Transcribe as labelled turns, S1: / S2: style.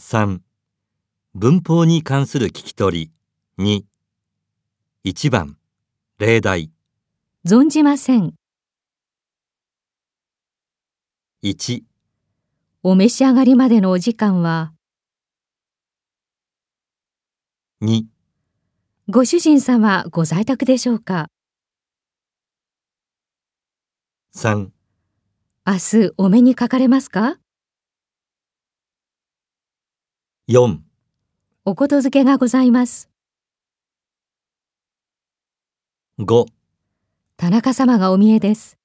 S1: 3文法に関する聞き取り21番例題
S2: 存じません。
S1: 1
S2: お召し上がりまでのお時間は、
S1: 2
S2: ご主人様ご在宅でしょうか
S1: 3
S2: 明日お目にかかれますか
S1: 4
S2: おことづけがございます。
S1: 5
S2: 田中様がお見えです。